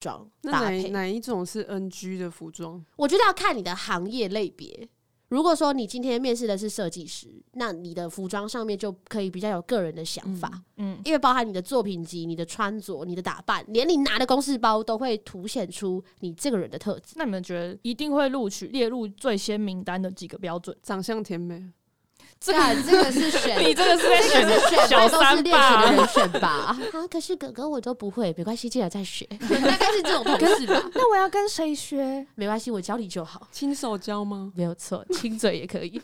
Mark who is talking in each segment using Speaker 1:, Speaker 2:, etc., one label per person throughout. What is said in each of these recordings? Speaker 1: 装
Speaker 2: 那
Speaker 1: 搭
Speaker 2: 哪
Speaker 1: 配。
Speaker 2: 哪一种是 NG 的服装？
Speaker 1: 我觉得要看你的行业类别。如果说你今天面试的是设计师，那你的服装上面就可以比较有个人的想法，
Speaker 3: 嗯，
Speaker 1: 因为包含你的作品集、你的穿着、你的打扮，连你拿的公事包都会凸显出你这个人的特质。
Speaker 3: 那你们觉得一定会录取列入最先名单的几个标准？
Speaker 2: 长相甜美，
Speaker 3: 这个
Speaker 4: 干这个是 选，
Speaker 3: 你这个是在
Speaker 4: 这个是
Speaker 3: 选
Speaker 4: 选
Speaker 3: 小
Speaker 4: 都是
Speaker 3: 三
Speaker 4: 练习
Speaker 3: 吧
Speaker 4: 的？人选吧？
Speaker 1: 啊，可是哥哥我都不会，没关系，进来再学，
Speaker 4: 大概是这种同事 吧。
Speaker 3: 那我要跟谁学？
Speaker 1: 没关系，我教你就好。
Speaker 2: 亲手教吗？
Speaker 1: 没有错，亲嘴也可以。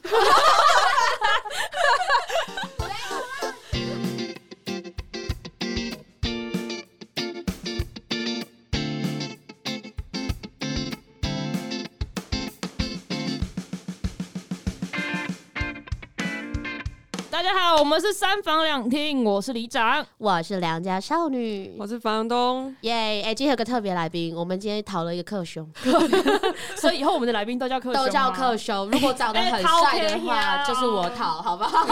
Speaker 3: 大家好，我们是三房两厅，我是李长。
Speaker 1: 我是良家少女
Speaker 2: 我，是房东，
Speaker 1: 耶！哎、今天有个特别来宾，我们今天讨了一个克兄，
Speaker 3: 所以以后我们的来宾都叫克兄吗
Speaker 4: 都叫克兄，如果长得很帅
Speaker 3: 哎
Speaker 4: 的话，
Speaker 3: 讨厌哦
Speaker 4: 就是我讨，好不 好？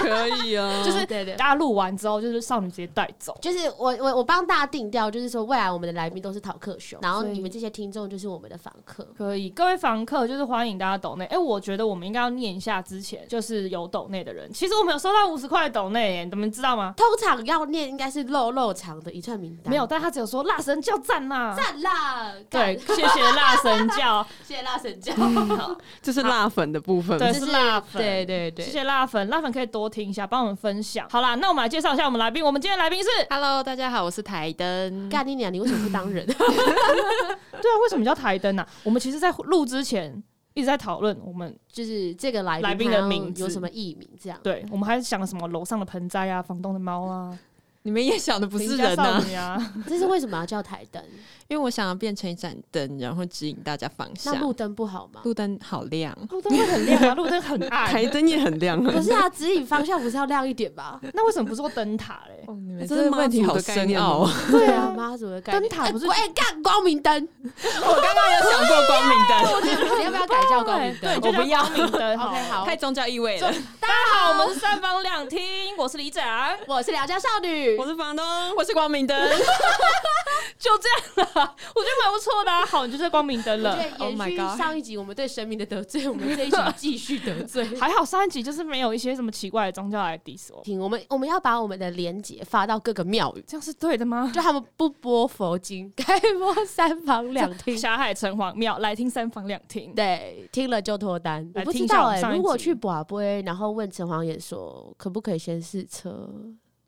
Speaker 2: 可以啊，
Speaker 3: 就是
Speaker 4: 对对
Speaker 3: 大家录完之后，就是少女直接带走。
Speaker 1: 就是我我我帮大家定调，就是说未来我们的来宾都是讨克兄，然后
Speaker 3: 所以
Speaker 1: 你们这些听众就是我们的访客。
Speaker 3: 可以，各位房客就是欢迎大家抖内。哎、我觉得我们应该要念一下之前就是有抖内的人。其实我们有收到五十块抖内耶，你们知道吗？
Speaker 1: 通常要念应该是肉肉长的一串名单，
Speaker 3: 没有，但他只有说辣神教赞呐、
Speaker 4: 赞啦，
Speaker 3: 对，谢谢辣神 教，
Speaker 4: 谢谢辣神教。
Speaker 2: 这是辣粉的部分。
Speaker 3: 对，
Speaker 4: 就是
Speaker 3: 是辣粉，
Speaker 4: 对对对
Speaker 3: 谢谢辣粉，辣粉可以多听一下，帮我们分享。好啦，那我们来介绍一下我们来宾。我们今天的来宾是，
Speaker 4: Hello，大家好，我是台灯。
Speaker 1: 干你娘，你为什么不当人？
Speaker 3: 对啊，为什么叫台灯啊？我们其实，在录之前一直在讨论，我们
Speaker 1: 就是这个来
Speaker 3: 来宾的
Speaker 1: 他要
Speaker 3: 名字
Speaker 1: 有什么艺名这样？
Speaker 3: 对，我们还想了什么楼上的盆栽啊，房东的猫啊，
Speaker 5: 你们也想的不是
Speaker 3: 邻家
Speaker 5: 人呐、
Speaker 3: 少女啊，
Speaker 1: 这是为什么要叫台灯？
Speaker 5: 因为我想要变成一盏灯，然后指引大家方
Speaker 1: 那
Speaker 5: 向
Speaker 1: 路。灯不好 吗？
Speaker 5: 路灯好亮，
Speaker 3: 路灯会很亮啊，路灯很暗
Speaker 2: 台。灯也很亮啊，
Speaker 1: 不是啊，指引方向不是要亮一点 吧？
Speaker 3: 那为什么不做灯塔嘞？
Speaker 5: 哦，你们
Speaker 2: 这
Speaker 5: 这
Speaker 2: 是
Speaker 5: 个
Speaker 2: 妈
Speaker 5: 问题
Speaker 2: 祖
Speaker 5: 好
Speaker 2: 的概
Speaker 5: 深
Speaker 2: 念
Speaker 5: 奥。哦
Speaker 2: 吗
Speaker 1: 对啊，妈祖的概
Speaker 3: 灯
Speaker 1: 念。
Speaker 3: 塔不是
Speaker 1: 哎，干光明 灯，
Speaker 5: 我刚刚有想过光明 灯，
Speaker 4: 你要不要改叫光明灯？
Speaker 3: 对，就叫光明灯。
Speaker 4: OK，好。
Speaker 5: 太宗教意味了。
Speaker 3: 大家好，我们是三房两厅，我是李长。
Speaker 1: 我是良家少女
Speaker 2: 我。是房东，
Speaker 5: 我是光明灯，
Speaker 3: 就这样啦， 我觉得蛮不错的、啊。好，你就是光明灯了。
Speaker 1: 对，
Speaker 5: Oh
Speaker 1: 延
Speaker 5: my
Speaker 1: 续
Speaker 5: God
Speaker 1: 上一集我们对神明的得罪，我们这一集继续得罪。
Speaker 3: 还好上一集就是没有一些什么奇怪的宗教来 diss 我，
Speaker 1: 听，我们我们要把我们的连结发到各个庙宇，
Speaker 3: 这样是对的吗？
Speaker 1: 就他们不播佛经，该播三房两厅。
Speaker 3: 霞海城隍庙来听三房两厅，
Speaker 1: 对，听了就脱单。我
Speaker 3: 来
Speaker 1: 不知
Speaker 3: 呃听一下
Speaker 1: 道
Speaker 3: 我们
Speaker 1: 哎、
Speaker 3: 上一
Speaker 1: 如果
Speaker 3: 集
Speaker 1: 去宝贝，然后问城隍爷说可不可以先试车，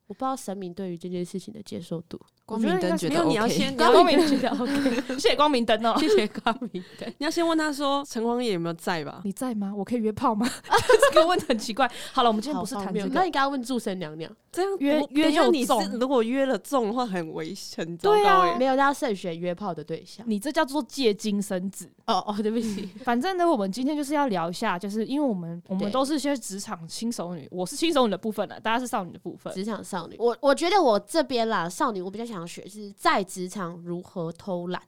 Speaker 1: 我不知道神明对于这件事情的接受度。
Speaker 5: 光明灯觉
Speaker 2: 没
Speaker 5: 得
Speaker 2: 有，你要
Speaker 5: OK。
Speaker 2: 先，你要
Speaker 3: 光明灯觉得 OK，谢谢光明灯哦。
Speaker 1: 谢谢光明灯。
Speaker 2: 你要先问他说城隍爷有没有在吧？
Speaker 3: 你在吗？我可以约炮吗？ 这个问题很奇怪。好了，我们今天
Speaker 1: 好
Speaker 3: 不是
Speaker 1: 荒
Speaker 3: 谈
Speaker 1: 谬
Speaker 3: 这
Speaker 1: 那
Speaker 3: 个。
Speaker 1: 你刚刚问祝生娘娘，
Speaker 2: 这样
Speaker 3: 约
Speaker 2: 不
Speaker 3: 约
Speaker 2: 等一下
Speaker 3: 又
Speaker 2: 你
Speaker 3: 中
Speaker 2: 是如果约了中的话，很危很糟
Speaker 3: 对啊
Speaker 2: 糕
Speaker 3: 嗯
Speaker 2: 哎、
Speaker 1: 没有，那要慎选约炮的对象。
Speaker 3: 你这叫做借精生子。
Speaker 1: 哦哦，对 不起，
Speaker 3: 反正呢，我们今天就是要聊一下，就是因为我们我们都是一些职场新手女，我是新手女的部分了，啊大家是少女的部分。
Speaker 1: 职场少女，我我觉得我这边啦，少女我比较想学是在职场如何偷 懒，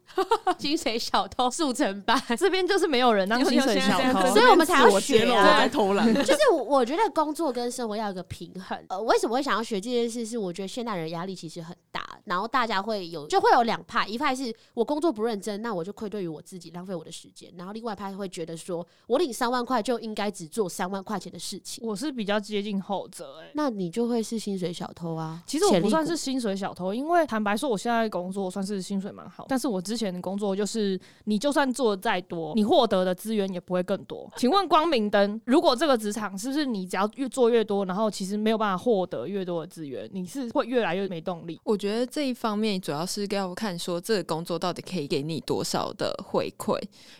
Speaker 1: 精髓小偷速成班。
Speaker 3: 这边就是没有人当薪水小偷，
Speaker 1: 所以我们才要
Speaker 2: 我揭
Speaker 1: 学
Speaker 2: 露我
Speaker 1: 啊
Speaker 2: 在偷懒，
Speaker 1: 就是我我觉得工作跟生活要有个平衡。呃，为什么会想要学这件事？是我觉得现代人压力其实很大，然后大家会有就会有两派，一派是我工作不认真，那我就愧对于我自己，浪费我的时间；然后另外一派会觉得说我领三万块就应该只做三万块钱的事情，
Speaker 3: 我是比较接近后者、欸。
Speaker 1: 那你就会是薪水小偷啊。
Speaker 3: 其实我
Speaker 1: 潜
Speaker 3: 不
Speaker 1: 力
Speaker 3: 算
Speaker 1: 股
Speaker 3: 是薪水小偷，因为坦白说，我现在工作算是薪水蛮好，但是我之前的工作就是，你就算做的再多，你获得的资源也不会更 多。请问光明灯，如果这个职场是不是你只要越做越多，然后其实没有办法获得越多的资源，你是会越来越没动力？
Speaker 5: 我觉得这一方面主要是要看说这个工作到底可以给你多少的回馈，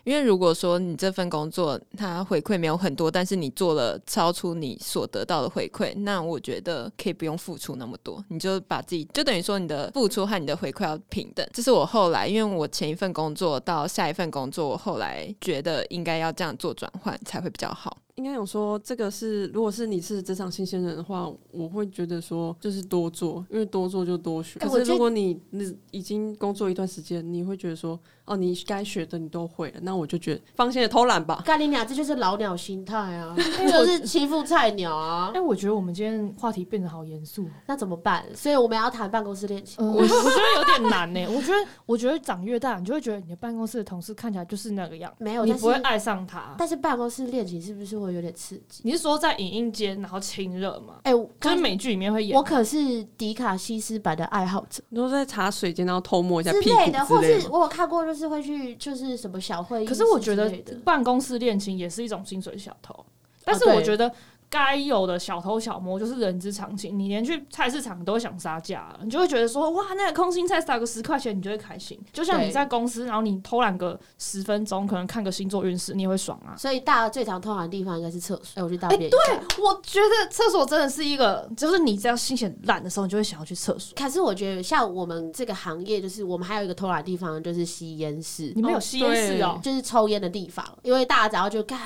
Speaker 5: 因为如果说你这份工作它回馈没有很多，但是你做了超出你所得到的回馈，那我觉得可以不用付出那么多，你就把自己就等于说你的付出和你的回馈要平等。这是我后来因为我前一份工作到下一份工作，我后来觉得应该要这样做转换才会比较好。
Speaker 2: 应该有说这个是，如果是你是职场新鲜人的话，我会觉得说就是多做，因为多做就多学。
Speaker 1: 哎我
Speaker 2: 可
Speaker 1: 觉
Speaker 2: 是
Speaker 1: 得
Speaker 2: 如果你你已经工作一段时间，你会觉得说哦，你该学的你都会了，那我就觉得放心的偷懒吧。
Speaker 1: 干你俩，这就是老鸟心态 啊，就是欺负菜鸟啊
Speaker 3: 哎、。我觉得我们今天话题变得好严肃哦。 嗯
Speaker 1: 那怎么办？所以我们要谈办公室恋情。
Speaker 3: 我我觉得有点难呢、我觉得，我觉得长越大，你就会觉得你的办公室的同事看起来就是那个样，
Speaker 1: 没有，
Speaker 3: 你
Speaker 1: 但是
Speaker 3: 不会爱上他。
Speaker 1: 但是办公室恋情是不是会有点刺激？
Speaker 3: 你是说在影印间然后亲热吗？
Speaker 1: 哎、我
Speaker 3: 就是
Speaker 1: 刚
Speaker 3: 美剧里面会演
Speaker 1: 我，可是迪卡西斯版的爱好者
Speaker 2: 你说在茶水间然后偷摸一下
Speaker 1: 之
Speaker 2: 屁股
Speaker 1: 类的，
Speaker 2: 之
Speaker 1: 或
Speaker 2: 类
Speaker 1: 是
Speaker 2: 的吗，
Speaker 1: 我有看过，就是会去就是什么小会议
Speaker 3: 可
Speaker 1: 室
Speaker 3: 是
Speaker 1: 之类的。
Speaker 3: 我觉得办公室恋情也是一种薪水小偷，但是
Speaker 1: 对
Speaker 3: 我觉得。该有的小偷小摸就是人之常情，你连去菜市场都会想杀价了，你就会觉得说哇，那个空心菜撒个十块钱，你就会开心。就像
Speaker 1: 对
Speaker 3: 你在公司，然后你偷懒个十分钟，可能看个星座运势，你也会爽啊。
Speaker 1: 所以大家最常偷懒的地方应该是厕所。哎、我去大
Speaker 3: 哎
Speaker 1: 便、对，
Speaker 3: 我觉得厕所真的是一个，就是你这样心情很烂的时候，你就会想要去厕所。
Speaker 1: 可是我觉得像我们这个行业，就是我们还有一个偷懒的地方，就是吸烟室
Speaker 3: 你。们有吸烟室哦？
Speaker 1: 就是抽烟的地方，因为大家只要就干，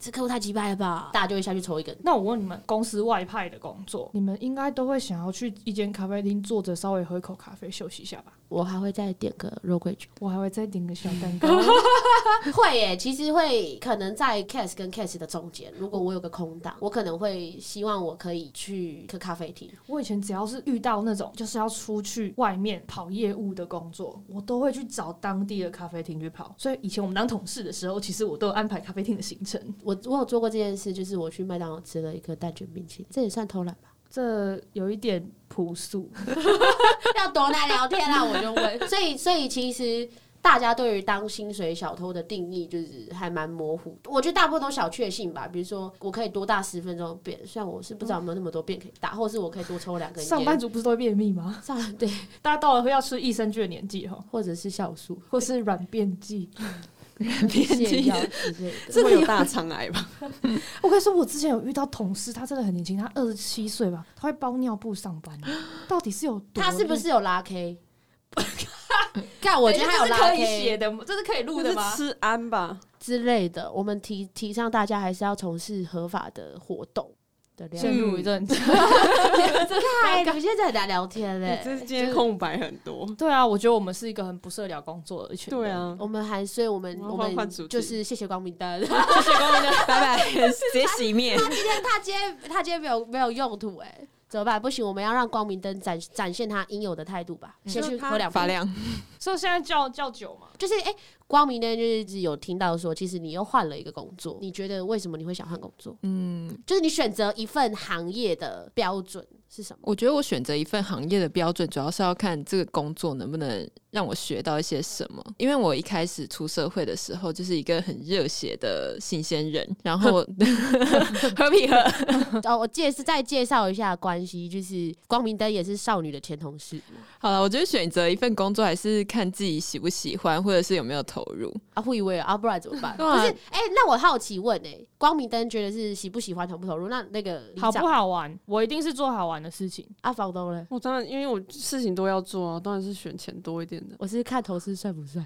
Speaker 1: 这客户太鸡掰了吧，大家就会下去抽一根。
Speaker 3: 那我问你们，公司外派的工作，你们应该都会想要去一间咖啡厅坐着，稍微喝一口咖啡休息一下吧？
Speaker 1: 我还会再点个肉桂卷，
Speaker 3: 我还会再点个小蛋糕。
Speaker 1: 会耶、其实会可能在 case 跟 case 的中间，如果我有个空档，我可能会希望我可以去个咖啡厅。
Speaker 3: 我以前只要是遇到那种就是要出去外面跑业务的工作，我都会去找当地的咖啡厅去跑。所以以前我们当同事的时候，其实我都有安排咖啡厅的行程。
Speaker 1: 我我有做过这件事，就是我去麦当劳吃了一个蛋卷冰淇淋，这也算偷懒吧？
Speaker 3: 这有一点朴素，
Speaker 1: 要多难聊天啊！我就 问，所以所以其实。大家对于当薪水小偷的定义就是还蛮模糊，我觉得大部分都小确幸吧。比如说，我可以多大十分钟便，虽然我是不知道有没有那么多便可以打，或是我可以多抽两根烟。
Speaker 3: 上班族不是都会便秘吗？
Speaker 1: 上班对，
Speaker 3: 大家到了会要吃益生菌的年纪哈，
Speaker 1: 或者是酵 素、
Speaker 3: 或是软便剂。
Speaker 1: 泻药之类的。
Speaker 2: 这会有大肠癌 吧？
Speaker 3: 我跟你说，哦我之前有遇到同事，他真的很年轻，他二十七岁吧，他会包尿布上 班，到底是有多
Speaker 1: 他是不
Speaker 3: 厉
Speaker 1: 是有拉 K？看，我觉得他有
Speaker 3: 这是
Speaker 1: 拉
Speaker 3: 可以写
Speaker 1: K
Speaker 3: 的吗，这是可以录
Speaker 2: 那
Speaker 3: 的
Speaker 2: 是
Speaker 3: 吗？
Speaker 2: 吃安吧？
Speaker 1: 之类的。我们提提倡大家还是要从事合法的活动
Speaker 2: 嗯
Speaker 1: 的聊。
Speaker 3: 陷入一阵子。
Speaker 1: 看，你们现在很难聊天嘞、
Speaker 2: 这今天空白很 多。
Speaker 3: 对啊，我觉得我们是一个很不适合聊工作的一群人。
Speaker 2: 对啊，
Speaker 1: 我们还，所以我们
Speaker 2: 我们
Speaker 1: 我
Speaker 2: 换
Speaker 1: 们
Speaker 2: 换主题
Speaker 1: 就是谢谢光明灯。
Speaker 5: 谢 谢光临的，拜拜，直接熄 灭。
Speaker 1: 今天啊他今天他今天没有没有用途哎、怎么办？不行，我们要让光明灯展展现他应有的态度吧。先去喝两
Speaker 5: 发
Speaker 1: 杯。
Speaker 5: 亮，
Speaker 3: 所以现在叫叫酒嘛，
Speaker 1: 就是哎、光明灯就是有听到说，其实你又换了一个工作，你觉得为什么你会想换工作？
Speaker 5: 嗯，
Speaker 1: 就是你选择一份行业的标准是什么？
Speaker 5: 我觉得我选择一份行业的标准，主要是要看这个工作能不能让我学到一些什么。因为我一开始出社会的时候，就是一个很热血的新鲜人，然后 何必何？
Speaker 1: 哦，我介是再介绍一下关系，就是光明灯也是少女的前同事
Speaker 5: 好了，我觉得选择一份工作还是看自己喜不喜欢，或者是有没有投入。
Speaker 1: 啊，不以为然啊，不然怎么办？
Speaker 5: 对
Speaker 1: 不
Speaker 5: 啊
Speaker 1: 是，哎、那我好奇问哎、光明灯觉得是喜不喜欢投不投入？那那个里
Speaker 3: 好
Speaker 1: 长
Speaker 3: 不好玩？我一定是做好玩的事 情。
Speaker 1: 啊，房东嘞？
Speaker 2: 我当然，因为我事情都要做啊，当然是选钱多一点的。
Speaker 1: 我是看投资帅不帅，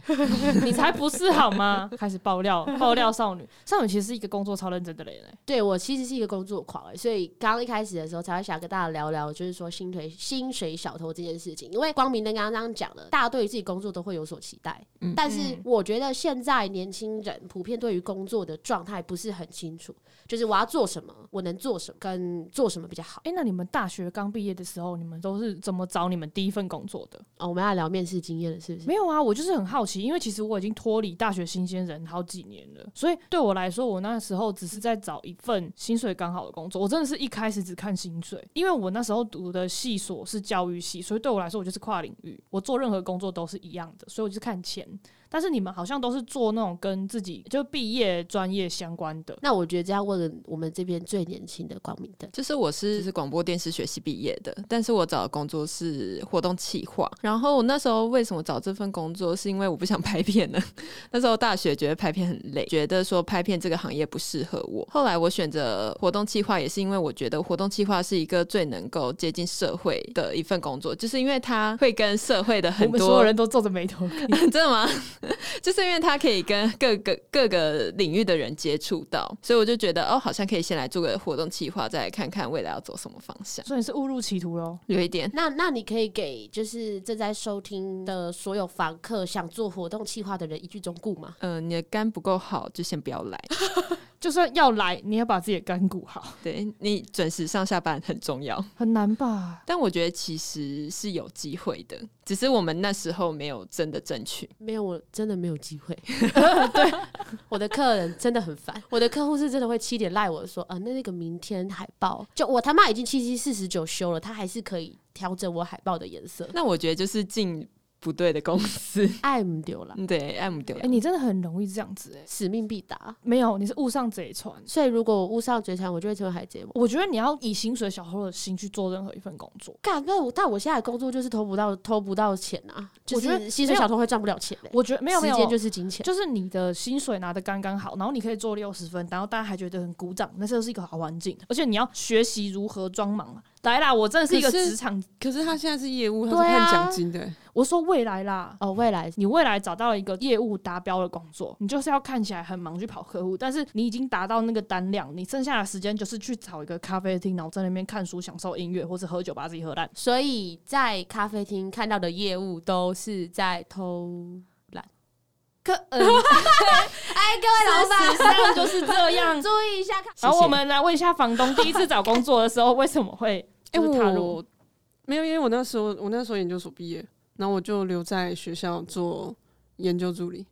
Speaker 3: 你才不是好吗？开始爆料，爆料少女，少女其实是一个工作超认真的人、欸。
Speaker 1: 对我其实是一个工作狂哎、所以刚刚一开始的时候才会想跟大家聊聊，就是说薪水薪水小偷这件事情，因为光明灯刚刚这样讲了，大家对于自己工作都会有所期待，
Speaker 5: 嗯
Speaker 1: 但是我觉得现在年轻人普遍对于工作的状态不是很清楚，就是我要做什么，我能做什么，跟做什么比较好。
Speaker 3: 哎、那你们大学刚毕业的时候，你们都是怎么找你们第一份工作的？
Speaker 1: 哦，我们要聊面试经验了，是不是？
Speaker 3: 没有啊，我就是很好奇，因为其实我已经脱离大学新鲜人好几年了，所以对我来说，我那时候只是在找一份薪水刚好的工作。我真的是一开始只看薪水，因为我那时候读的系所是教育系，所以对我来说，我就是跨领域，我做任何工作都是一样的，所以我就是看钱。但是你们好像都是做那种跟自己就毕业专业相关的，
Speaker 1: 那我觉得这样问我们这边最年轻的光明灯，
Speaker 5: 就是我是就是广播电视学系毕业的，但是我找的工作是活动企划。然后我那时候为什么找这份工作，是因为我不想拍片呢。 那时候大学觉得拍片很累，觉得说拍片这个行业不适合我。后来我选择活动企划，也是因为我觉得活动企划是一个最能够接近社会的一份工作，就是因为它会跟社会的很
Speaker 3: 我们所有
Speaker 5: 多
Speaker 3: 人都皱着眉头看。
Speaker 5: 真的吗？就是因为他可以跟各个各个领域的人接触到，所以我就觉得哦，好像可以先来做个活动计划，再来看看未来要走什么方向。
Speaker 3: 所以你是误入歧途喽。
Speaker 5: 有一点，
Speaker 1: 那那你可以给就是正在收听的所有房客想做活动企划的人一句忠告吗？
Speaker 5: 呃，你的肝不够好，就先不要来。
Speaker 3: 就算要来，你要把自己的肝骨好，
Speaker 5: 对你准时上下班很重要，
Speaker 3: 很难吧？
Speaker 5: 但我觉得其实是有机会的，只是我们那时候没有真的争取。
Speaker 1: 没有，我真的没有机 会。对，我的客人真的很烦，我的客户是真的会七点赖我说啊，那那个明天海报，就我他妈已经七七四十九修了，他还是可以调整我海报的颜色，
Speaker 5: 那我觉得就是进不对的公司，
Speaker 1: 爱唔丢啦，
Speaker 5: 对，按不掉
Speaker 3: 哎、。你真的很容易这样子哎、
Speaker 1: 使命必达。
Speaker 3: 没有，你是误上贼船。
Speaker 1: 所以如果我误上嘴馋，我就会成为海贼王。
Speaker 3: 我觉得你要以薪水小偷的心去做任何一份工作。
Speaker 1: 干，那我但我现在的工作就是偷不到偷不到钱啊，就
Speaker 3: 我觉得
Speaker 1: 是薪水小偷会赚不了钱、欸。
Speaker 3: 我觉得没有没有，
Speaker 1: 时间就是金钱。
Speaker 3: 就是你的薪水拿的刚刚好，然后你可以做六十分，然后大家还觉得很鼓掌，那就是一个好环境。而且你要学习如何装忙嘛。来啦，我真的是一个
Speaker 2: 可是
Speaker 3: 职场，
Speaker 2: 可是他现在是业务，他
Speaker 1: 对
Speaker 2: 是
Speaker 1: 啊
Speaker 2: 看奖金的、
Speaker 3: 我说未来啦。
Speaker 1: 哦，未来
Speaker 3: 你未来找到一个业务达标的工作，你就是要看起来很忙去跑客户，但是你已经达到那个单量，你剩下的时间就是去找一个咖啡厅，然后在那边看书、享受音乐，或是喝酒把自己喝烂。
Speaker 1: 所以在咖啡厅看到的业务都是在偷懒。可，呃、 哎，各位老板，
Speaker 3: 上就是这样。
Speaker 1: 注意一下，看
Speaker 3: 然后我们来问一下房东，第一次找工作的时候为什么 会
Speaker 2: 哎、
Speaker 3: 就是踏入
Speaker 2: 我没有，因为我那时候我那时候研究所毕业，然后我就留在学校做研究助理，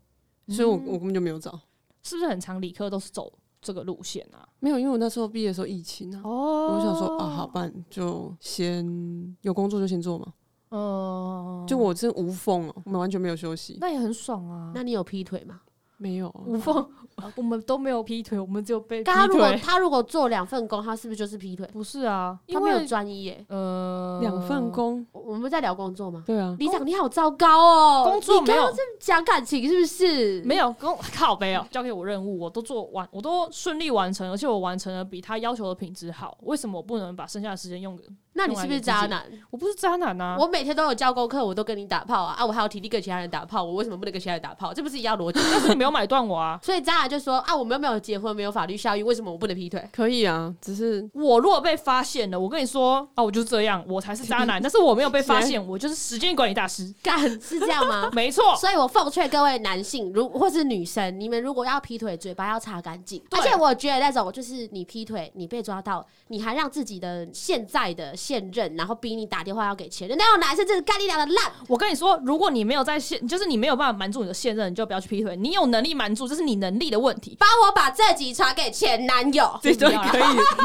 Speaker 2: 所以我、我根本就没有找。
Speaker 3: 是不是很常理科都是走这个路线啊？
Speaker 2: 没有，因为我那时候毕业的时候疫情啊，
Speaker 3: 哦
Speaker 2: 我就想说啊，好，办就先有工作就先做嘛。
Speaker 3: 嗯，
Speaker 2: 就我真无缝哦、我们完全没有休息，
Speaker 3: 那也很爽啊。
Speaker 1: 那你有劈腿吗？
Speaker 2: 没有。
Speaker 3: 无缝， 我们都没有劈腿，我们只有 被劈
Speaker 1: 但他如果
Speaker 3: 腿。
Speaker 1: 他如果做两份工，他是不是就是劈腿？
Speaker 3: 不是啊，
Speaker 1: 他
Speaker 3: 因
Speaker 1: 没有
Speaker 3: 为
Speaker 1: 专一耶。
Speaker 3: 呃
Speaker 2: 两份工，
Speaker 1: 我我们在聊工作吗？
Speaker 2: 对啊，
Speaker 1: 李长，你好糟糕哦！
Speaker 3: 工作
Speaker 1: 你
Speaker 3: 没
Speaker 1: 刚
Speaker 3: 有
Speaker 1: 刚是讲感情是不是？
Speaker 3: 没有跟我 靠没有交给我任务，我都做完，我都顺利完成，而且我完成了比他要求的品质好。为什么我不能把剩下的时间用给？
Speaker 1: 那你是不是渣男？
Speaker 3: 我不是渣男啊，
Speaker 1: 我每天都有交功课，我都跟你打炮啊啊！我还有体力跟其他人打炮，我为什么不能跟其他人打炮？这不是一样逻辑？
Speaker 3: 但是你没有买断我啊。
Speaker 1: 所以渣男就说啊，我们又没有结婚，没有法律效应，为什么我不能劈腿？
Speaker 2: 可以啊，只是
Speaker 3: 我如果被发现了，我跟你说啊，我就是这样，我才是渣 男。但是我没有被发现，我就是时间管理大师。？
Speaker 1: 干是这样吗
Speaker 3: 没错，
Speaker 1: 所以我奉劝各位男性，如或是女生，你们如果要劈腿，嘴巴要擦干净。
Speaker 3: 对
Speaker 1: 而且我觉得那种就是你劈腿，你被抓到，你还让自己的现在的现任，然后逼你打电话要给前任，那种男生真的干你娘的烂。
Speaker 3: 我跟你说，如果你没有在现，就是你没有办法瞒住你的现任，你就不要去劈腿。你有能力瞒住，这是你能力的问 题。
Speaker 1: 帮我把这集传给前男友，
Speaker 2: 这段可以，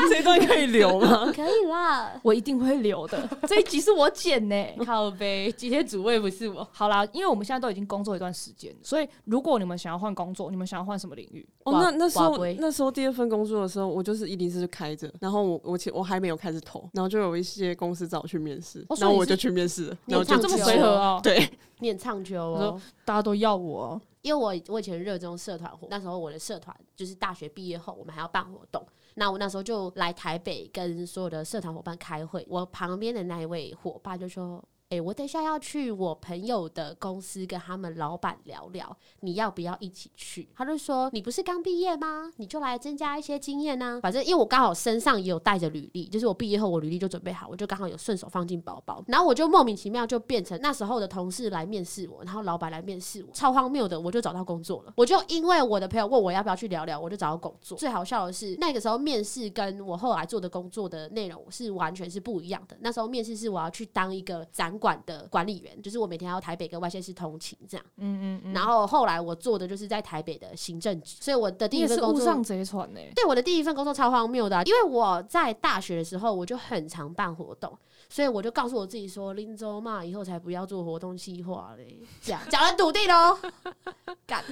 Speaker 2: 这段可以留吗？
Speaker 1: 可以啦。
Speaker 3: 我一定会留 的，这一集是我剪呢、
Speaker 1: 靠呗，今天主位不是我。
Speaker 3: 好啦，因为我们现在都已经工作一段时间，所以如果你们想要换工作，你们想要换什么领域？
Speaker 2: 哦，
Speaker 1: 哇
Speaker 2: 那那时
Speaker 1: 哇
Speaker 2: 候
Speaker 1: 不会
Speaker 2: 那时候第二份工作的时候，我就是一零四就开着，然后我我其我还没有开始投，然后就有一些公司找我去面试，
Speaker 3: 哦所以
Speaker 2: 然后
Speaker 3: 你
Speaker 2: 我
Speaker 3: 是
Speaker 2: 就去面试了，
Speaker 1: 你
Speaker 2: 然后
Speaker 1: 这样
Speaker 2: 就
Speaker 3: 这
Speaker 1: 子
Speaker 3: 么
Speaker 1: 哦
Speaker 3: 随和哦、
Speaker 2: 对，
Speaker 1: 你很唱秋
Speaker 3: 我
Speaker 1: 哦
Speaker 3: 说，大家都要我、哦，
Speaker 1: 因为我我以前热衷社团活，那时候我的社团就是大学毕业后我们还要办活动，那我那时候就来台北跟所有的社团伙伴开会，我旁边的那一位伙伴就说。诶，我等一下要去我朋友的公司跟他们老板聊聊，你要不要一起去？他就说你不是刚毕业吗？你就来增加一些经验呐、反正因为我刚好身上也有带着履历，就是我毕业后我履历就准备好，我就刚好有顺手放进包包，然后我就莫名其妙就变成那时候的同事来面试我，然后老板来面试我，超荒谬的，我就找到工作了。我就因为我的朋友问我要不要去聊聊，我就找到工作。最好笑的是那个时候面试跟我后来做的工作的内容是完全是不一样的。那时候面试是我要去当一个展馆的管理员，就是我每天要台北跟外县市通勤这样。
Speaker 3: 嗯嗯嗯，
Speaker 1: 然后后来我做的就是在台北的行政职，所以我的第一
Speaker 3: 你也
Speaker 1: 份
Speaker 3: 是
Speaker 1: 工
Speaker 3: 误
Speaker 1: 作
Speaker 3: 上贼船呢、
Speaker 1: 对我的第一份工作超荒谬的啊、因为我在大学的时候我就很常办活动，所以我就告诉我自己说，林州嘛，以后才不要做活动计划嘞。 这样讲的笃定哦， 干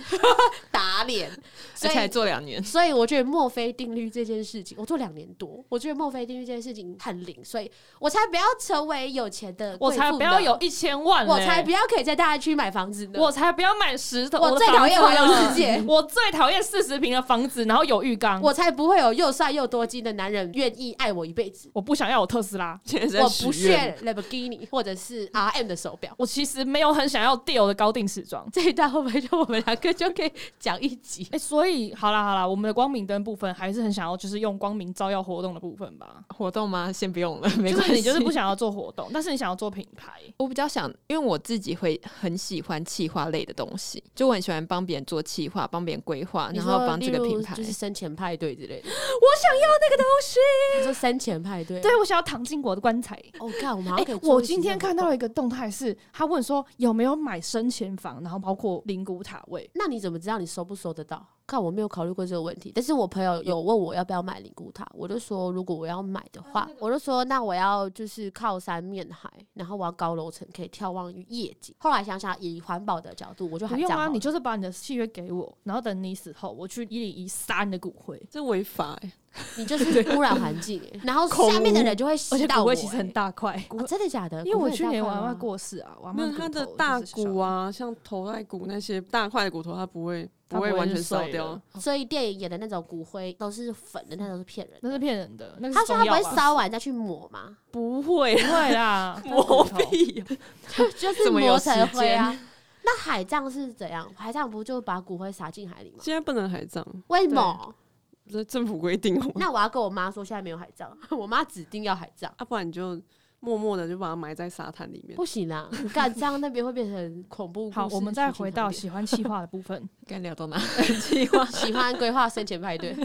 Speaker 1: 打脸，
Speaker 5: 而
Speaker 1: 所
Speaker 5: 且还
Speaker 1: 以。
Speaker 5: 做两年，
Speaker 1: 所以我觉得墨菲定律这件事情，我做两年多，我觉得墨菲定律这件事情很灵，所以我才不要成为有钱的
Speaker 3: 我
Speaker 1: 贵妇
Speaker 3: 才不要
Speaker 1: 呢
Speaker 3: 有，一千万、嘞
Speaker 1: 我才不要可以在大安区买房子呢，
Speaker 3: 我才不要买石头，
Speaker 1: 我
Speaker 3: 的
Speaker 1: 最
Speaker 3: 房
Speaker 1: 讨厌
Speaker 3: 子
Speaker 1: 环游
Speaker 3: 了
Speaker 1: 世界
Speaker 3: 我最讨厌四十平的房子，然后有浴缸。
Speaker 1: 我才不会有又帅又多金的男人愿意爱我一辈子。
Speaker 3: 我不想要有特斯拉，
Speaker 2: 现在
Speaker 1: 我
Speaker 2: 在
Speaker 1: 不
Speaker 2: 许愿
Speaker 1: 屑 Lamborghini 或者是 RM 的手表。
Speaker 3: 我其实没有很想要 Dior 的高定时装。
Speaker 1: 这一段会不会就我们两个就可以讲一集。
Speaker 3: 哎、所以好啦好啦，我们的光明灯部分还是很想要，就是用光明照耀活动的部分吧。
Speaker 5: 活动吗？先不用了， 没
Speaker 3: 就
Speaker 5: 关
Speaker 3: 是
Speaker 5: 系。
Speaker 3: 你就是不想要做活动，但是你想要做品 牌，
Speaker 5: 我比较想，因为我自己会很喜欢企划类的东西，就我很喜欢帮别人做企划，帮别人规划，然后帮这个品牌。
Speaker 1: 就是生前派对之类的。
Speaker 3: 我想要那个东西。
Speaker 1: 你说生前派对，
Speaker 3: 对，我想要躺进我的棺材。
Speaker 1: 哦，看我们好
Speaker 3: 哎、
Speaker 1: 像可以做一集这种活动、
Speaker 3: 我今天看到了一个动态是，他问说有没有买生前房，然后包括灵骨塔位。
Speaker 1: 那你怎么知道你收不收得到？看我没有考虑过这个问题，但是我朋友有问我要不要买灵骨塔，我就说如果我要买的
Speaker 3: 哦
Speaker 1: 话，我就说那我要就是靠山面海，然后我要高楼层可以眺望夜景。后来想想，以环保的角度，我就
Speaker 3: 不
Speaker 1: 还这
Speaker 3: 用
Speaker 1: 样好
Speaker 3: 啊，
Speaker 1: 了
Speaker 3: 你就是把你的契约给我，然后等你死后，我去一零一杀你的骨灰。
Speaker 2: 这违法哎、
Speaker 1: 你就是污染环境、 欸，然后下面的人就会
Speaker 3: 而且
Speaker 1: 吸到
Speaker 3: 骨
Speaker 1: 我、
Speaker 3: 灰其实很大块，
Speaker 1: 哦真的假的？
Speaker 3: 因为我
Speaker 1: 骨灰很
Speaker 3: 去
Speaker 1: 大
Speaker 3: 年我
Speaker 1: 块
Speaker 3: 阿
Speaker 1: 吗
Speaker 3: 妈，过世啊，我阿
Speaker 2: 没
Speaker 3: 妈
Speaker 2: 有它的大骨，啊，像头盖骨那些大块的骨头，它不会
Speaker 3: 它
Speaker 2: 不会
Speaker 3: 不会
Speaker 2: 完
Speaker 3: 就
Speaker 2: 全烧
Speaker 3: 碎
Speaker 2: 掉
Speaker 3: 了。
Speaker 1: 所以电影演的那种骨灰都是粉的，那都是骗人
Speaker 3: 那
Speaker 1: 的。
Speaker 3: 是骗人的。那个
Speaker 1: 他说他不会
Speaker 3: 烧，
Speaker 1: 烧啊完再去抹吗？
Speaker 2: 不 会啊
Speaker 3: 不会 啦，
Speaker 2: 磨
Speaker 3: 它是骨头
Speaker 2: 屁呀、
Speaker 1: 就是
Speaker 5: 怎么有
Speaker 1: 磨成
Speaker 5: 时
Speaker 1: 灰啊。 那海葬是怎样？海葬不就把骨灰撒进海里吗？
Speaker 2: 现在不能海葬，
Speaker 1: 为什么？
Speaker 2: 这政府规定哦。
Speaker 1: 那我要跟我妈说，现在没有海葬， 我妈指定要海葬，
Speaker 2: 啊，不然你就默默的就把它埋在沙滩里面。
Speaker 1: 不行啊！你敢这样，那边会变成恐怖故事。
Speaker 3: 好，我们再
Speaker 1: 群情
Speaker 3: 回到
Speaker 1: 恐怖
Speaker 3: 喜欢气化的部 分。
Speaker 5: 该聊到哪？
Speaker 1: 喜欢规划生前派对，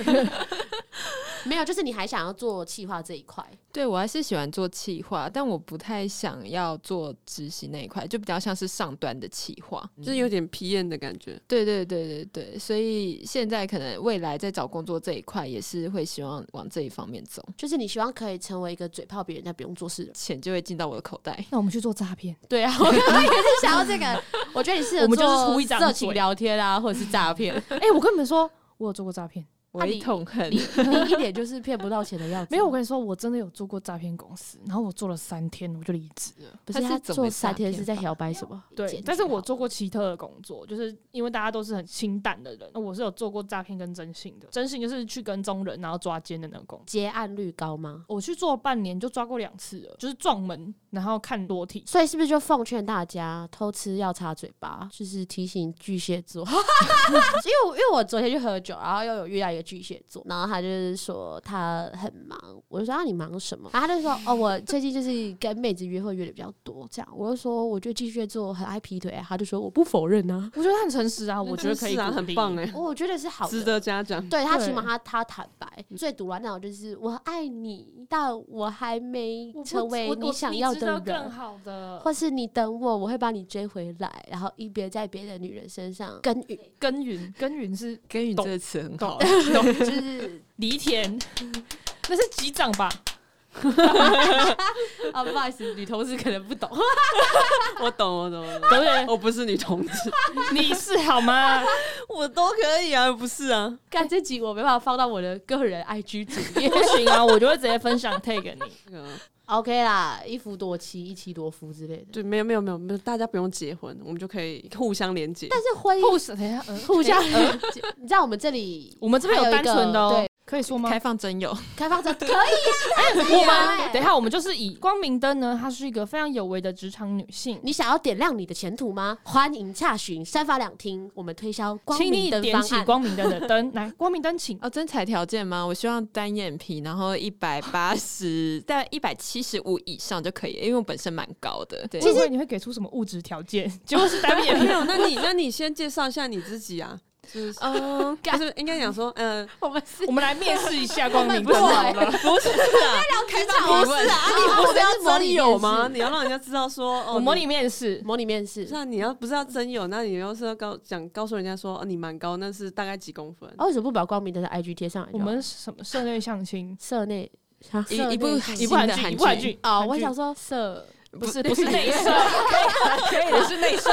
Speaker 1: 没有，就是你还想要做企划这一块。
Speaker 5: 对我还是喜欢做企划，但我不太想要做执行那一块，就比较像是上端的企划。
Speaker 2: 就是有点皮炎的感觉，
Speaker 5: 对对对对对，所以现在可能未来在找工作这一块，也是会希望往这一方面走，
Speaker 1: 就是你希望可以成为一个嘴炮别人但不用做事的人。
Speaker 5: 钱就会进到我的口袋。
Speaker 3: 那我们去做诈骗，
Speaker 1: 对啊， 我刚刚也是想要这个。我觉得你适合
Speaker 3: 我们就是
Speaker 1: 做
Speaker 3: 出一张
Speaker 1: 色
Speaker 3: 嘴
Speaker 1: 情聊天啊，或者是诈骗。
Speaker 3: 哎，我跟你们说，我有做过 诈骗。
Speaker 5: 我一桶恨
Speaker 1: 你， 你一点就是骗不到钱的样子。啊
Speaker 3: 没有，我，跟你说，我真的有做过诈骗公司，然后我做了三天，我就离职了。
Speaker 1: 不是
Speaker 5: 他是
Speaker 1: 他
Speaker 5: 怎么
Speaker 1: 做三天
Speaker 5: 诈骗
Speaker 1: 是在
Speaker 5: 法
Speaker 1: 摇摆什么？啊
Speaker 3: 对，但是我做过奇特的工作，就是因为大家都是很清淡的人，那我是有做过诈骗跟征信的。征信就是去跟踪人，然后抓奸的那种工作。
Speaker 1: 结案率高吗？
Speaker 3: 我去做半年就抓过两次了，就是撞门，然后看裸体。
Speaker 1: 所以是不是就奉劝大家偷吃要擦嘴巴，就是提醒巨蟹 座，因为我因为我昨天去喝酒，然后又有遇到一个巨蟹座，然后他就是说他很忙，我就说啊你忙什么？然后他就说哦我最近就是跟妹子约会约的比较多，这样我就说我觉得巨蟹座很爱劈腿、啊，他就说我不否认啊，
Speaker 3: 我觉得他很诚实啊，欸我觉得可以
Speaker 2: 是啊，
Speaker 3: 鼓
Speaker 2: 很
Speaker 3: 励
Speaker 2: 棒哎、
Speaker 1: 哦我觉得是好
Speaker 2: 值
Speaker 1: 的。
Speaker 2: 得嘉 奖。
Speaker 1: 对他起
Speaker 3: 对
Speaker 1: 码他他坦白，最毒辣那种就是我爱你，但我还没
Speaker 3: 我不
Speaker 1: 成为
Speaker 3: 我我
Speaker 1: 想要
Speaker 3: 值
Speaker 1: 的
Speaker 3: 得
Speaker 1: 人，
Speaker 3: 更好 的
Speaker 1: 或是你等我，我会把你追回来，然后一边在别的女人身上耕耘，
Speaker 3: 耕耘，耕耘 是
Speaker 5: 耕耘这个词很 好，
Speaker 1: 就是
Speaker 3: 犁田，那是机长吧？
Speaker 1: 啊，不好意思，女同事可能不懂，
Speaker 2: 我懂，我懂，我 懂
Speaker 3: 对不对？
Speaker 2: 我不是女同志，
Speaker 3: 你是好吗？
Speaker 2: 我都可以啊，不是 啊，
Speaker 1: 干这集我没办法放到我的个人 IG 主页
Speaker 3: 不行啊，我就会直接分享 tag 你。
Speaker 2: 这个
Speaker 1: ，OK 啦，一夫多妻，一妻多夫之类的，
Speaker 2: 对，没有没有没有没有，大家不用结婚，我们就可以互相连接。
Speaker 1: 但是婚
Speaker 3: 互
Speaker 1: 姻
Speaker 3: 等一下，嗯，
Speaker 1: 互相，你知道我们这里
Speaker 3: 我们这边
Speaker 1: 还有
Speaker 3: 单
Speaker 1: 一个
Speaker 3: 纯的哦
Speaker 1: 对，
Speaker 3: 可以说吗哎
Speaker 5: 开？放真友。
Speaker 1: 开放者可以啊，可以
Speaker 3: 我
Speaker 1: 啊
Speaker 3: 们等一下，我们就是以光明灯呢，她是一个非常有为的职场女性。
Speaker 1: 你想要点亮你的前途吗？欢迎洽询三房两厅，我们推销光
Speaker 3: 请你
Speaker 1: 明灯
Speaker 3: 点
Speaker 1: 方
Speaker 3: 起
Speaker 1: 案。
Speaker 3: 光明灯的灯，来，光明灯，请
Speaker 5: 哦，真材条件吗？我希望单眼皮，然后一百八十，大概一百七十五以上就可以了，因为我本身蛮高的。对，
Speaker 3: 其实你会给出什么物质条件？ 结果是单面
Speaker 2: 没有，那你那你先介绍一下你自己啊， 就是
Speaker 5: 嗯，
Speaker 2: 不是应该讲说，嗯，
Speaker 1: 我们是
Speaker 3: 我们来面试一下光明
Speaker 2: 不是
Speaker 3: 灯好
Speaker 2: 啊
Speaker 3: 了。
Speaker 2: 不是啊，
Speaker 1: 开
Speaker 3: 哦
Speaker 5: 放提问
Speaker 1: 啊，
Speaker 2: 你哦不是要
Speaker 1: 模
Speaker 2: 真
Speaker 1: 拟
Speaker 2: 友
Speaker 1: 面
Speaker 2: 吗？
Speaker 1: 试？
Speaker 2: 你要让人家知道 说，哦，
Speaker 3: 我模
Speaker 2: 你
Speaker 3: 拟面试，
Speaker 1: 模拟面试
Speaker 2: 不是。啊，你要不是要真有，那你又是要告讲告诉人家说、哦、你蛮高，那是大概几公分？
Speaker 1: 啊，为什么不把光明灯的 IG 贴上来就
Speaker 3: 我
Speaker 1: 好？
Speaker 3: 们什么社内相亲，
Speaker 1: 社内啊
Speaker 5: 一
Speaker 1: 社
Speaker 5: 一部
Speaker 1: 内
Speaker 5: 韩
Speaker 3: 一
Speaker 5: 新
Speaker 3: 部韩
Speaker 5: 的
Speaker 3: 剧，一
Speaker 5: 韩
Speaker 3: 部韩
Speaker 5: 剧，
Speaker 3: 剧
Speaker 1: 哦，
Speaker 3: 韩
Speaker 1: 我
Speaker 3: 剧
Speaker 1: 想说社，
Speaker 5: 不是
Speaker 3: 不是内射，可以的是 内射。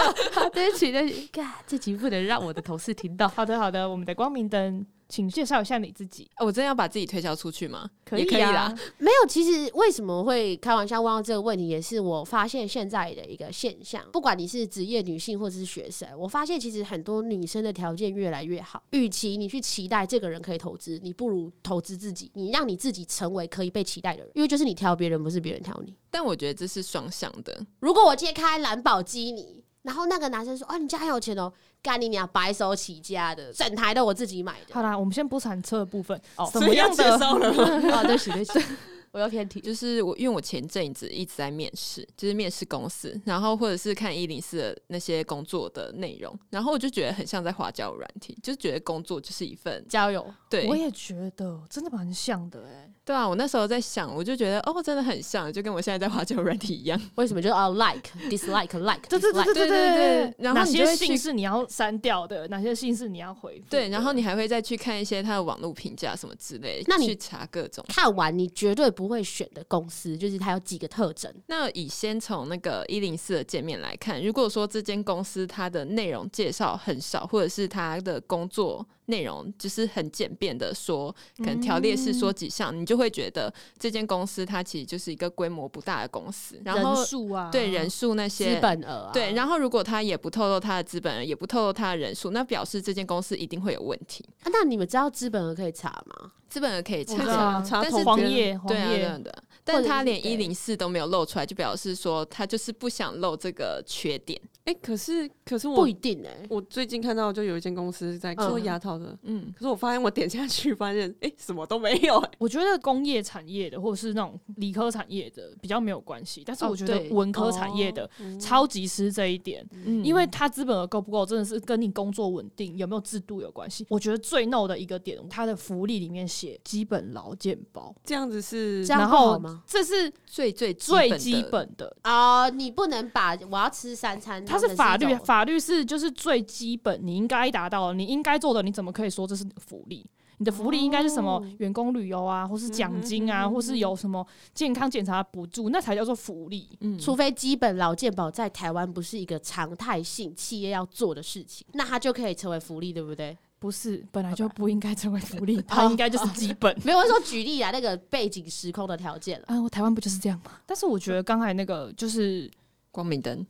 Speaker 1: 对不起，对不起，干这集不能让我的同事听到。
Speaker 3: 好的，好的，我们的光明灯，请介绍一下你自己。
Speaker 5: 哦我真的要把自己推销出去吗？
Speaker 3: 以
Speaker 5: 也可以啦
Speaker 3: 啊，，
Speaker 1: 没有，其实为什么会开玩笑问到这个问题，也是我发现现在的一个现象。不管你是职业女性或者是学生，我发现其实很多女生的条件越来越好。与其你去期待这个人可以投资，你不如投资自己，你让你自己成为可以被期待的人，因为就是你挑别人，不是别人挑你。
Speaker 5: 但我觉得这是双向的。
Speaker 1: 如果我今天开兰宝基尼，然后那个男生说：“哦，你家很有钱哦。”干你娘白手起家的，整台都我自己买 的。
Speaker 3: 好啦，我们先不谈车的部分，哦，
Speaker 2: 所
Speaker 3: 怎么
Speaker 2: 以要
Speaker 3: 样
Speaker 2: 介
Speaker 3: 的？
Speaker 2: 绍 了吗？
Speaker 1: 哦，对不起对不起， 我又偏题。
Speaker 5: 就是我，因为我前阵子一直在面试，就是面试公司，然后或者是看一零四的那些工作的内容，然后我就觉得很像在花交友软体，就觉得工作就是一份
Speaker 1: 交友，
Speaker 5: 对
Speaker 3: 我也觉得真的蛮像的哎、
Speaker 5: 对啊。我那时候在想，我就觉得哦，真的很像，就跟我现在在花交友软体一样。
Speaker 1: 为什么就是哦 like dislike like？
Speaker 3: 对对对
Speaker 1: dislike
Speaker 3: 对
Speaker 5: 对对
Speaker 3: 对，
Speaker 5: 然后
Speaker 3: 哪
Speaker 5: 你
Speaker 3: 些
Speaker 5: 就会
Speaker 3: 信
Speaker 5: 去
Speaker 3: 是你要删掉的，哪些信是你要回复的？
Speaker 5: 对，然后你还会再去看一些他的网络评价什么之类的，
Speaker 1: 那你
Speaker 5: 去查各种。
Speaker 1: 看完你绝对不会选的公司，就是它有几个特征。
Speaker 5: 那以先从那个一零四的界面来看，如果说这间公司它的内容介绍很少，或者是它的工作内容就是很简便的说，可能条列式说几项，你就会觉得这间公司它其实就是一个规模不大的公司，然后
Speaker 3: 人数啊，
Speaker 5: 对人数那些
Speaker 1: 资本额、啊，
Speaker 5: 对，然后如果他也不透露他的资本，也不透露他的人数，那表示这间公司一定会有问题。
Speaker 1: 啊那你们知道资本额可以查吗？
Speaker 5: 资本额可以查
Speaker 3: 我知
Speaker 5: 一
Speaker 3: 道
Speaker 5: 下，
Speaker 3: 啊
Speaker 2: 查
Speaker 5: 但是
Speaker 2: 同
Speaker 3: 黄
Speaker 2: 编
Speaker 3: 页黄
Speaker 5: 对啊，对啊
Speaker 3: 页，
Speaker 5: 对啊但他连
Speaker 1: 对
Speaker 5: 一零四都没有露出来，就表示说他就是不想露这个缺点。
Speaker 2: 哎、可是可是
Speaker 1: 不
Speaker 2: 我
Speaker 1: 一定哎、
Speaker 2: 我最近看到就有一间公司在做
Speaker 1: 嗯
Speaker 2: 牙套的，
Speaker 5: 嗯，
Speaker 2: 可是我发现我点下去发现，哎、什么都没有、诶
Speaker 3: 我觉得工业产业的或者是那种理科产业的比较没有关系，但是
Speaker 5: 哦
Speaker 3: 我觉得
Speaker 5: 对
Speaker 3: 文科产业的超级吃这一点，
Speaker 5: 嗯
Speaker 3: 因为它资本额够不够，真的是跟你工作稳定有没有制度有关系。我觉得最 no 的一个点，它的福利里面写基本劳健保，
Speaker 2: 这样子是
Speaker 1: 这样
Speaker 3: 然
Speaker 1: 不好
Speaker 3: 后
Speaker 1: 吗
Speaker 3: 这是
Speaker 5: 最最
Speaker 3: 最
Speaker 5: 的
Speaker 3: 基本的，
Speaker 1: 哦，你不能把我要吃三餐
Speaker 3: 它
Speaker 1: 当成
Speaker 3: 是
Speaker 1: 一种，
Speaker 3: 法律，法律是就是最基本，你应该达到的，你应该做的，你怎么可以说这是福利？你的福利应该是什么
Speaker 1: 哦？
Speaker 3: 员工旅游啊，或是奖金
Speaker 2: 嗯
Speaker 3: 啊，
Speaker 2: 哼
Speaker 3: 或是有什么健康检查补助，那才叫做福利。
Speaker 5: 嗯
Speaker 1: 除非基本劳健保在台湾不是一个常态性企业要做的事情，那它就可以成为福利，对不对？
Speaker 3: 不是，本来就不应该成为福利，呃哦它应该就是基本。
Speaker 1: 没有我是说举例啊，那个背景时空的条件了。
Speaker 3: 啊，我台湾不就是这样吗？但是我觉得刚才那个就是
Speaker 5: 光明灯，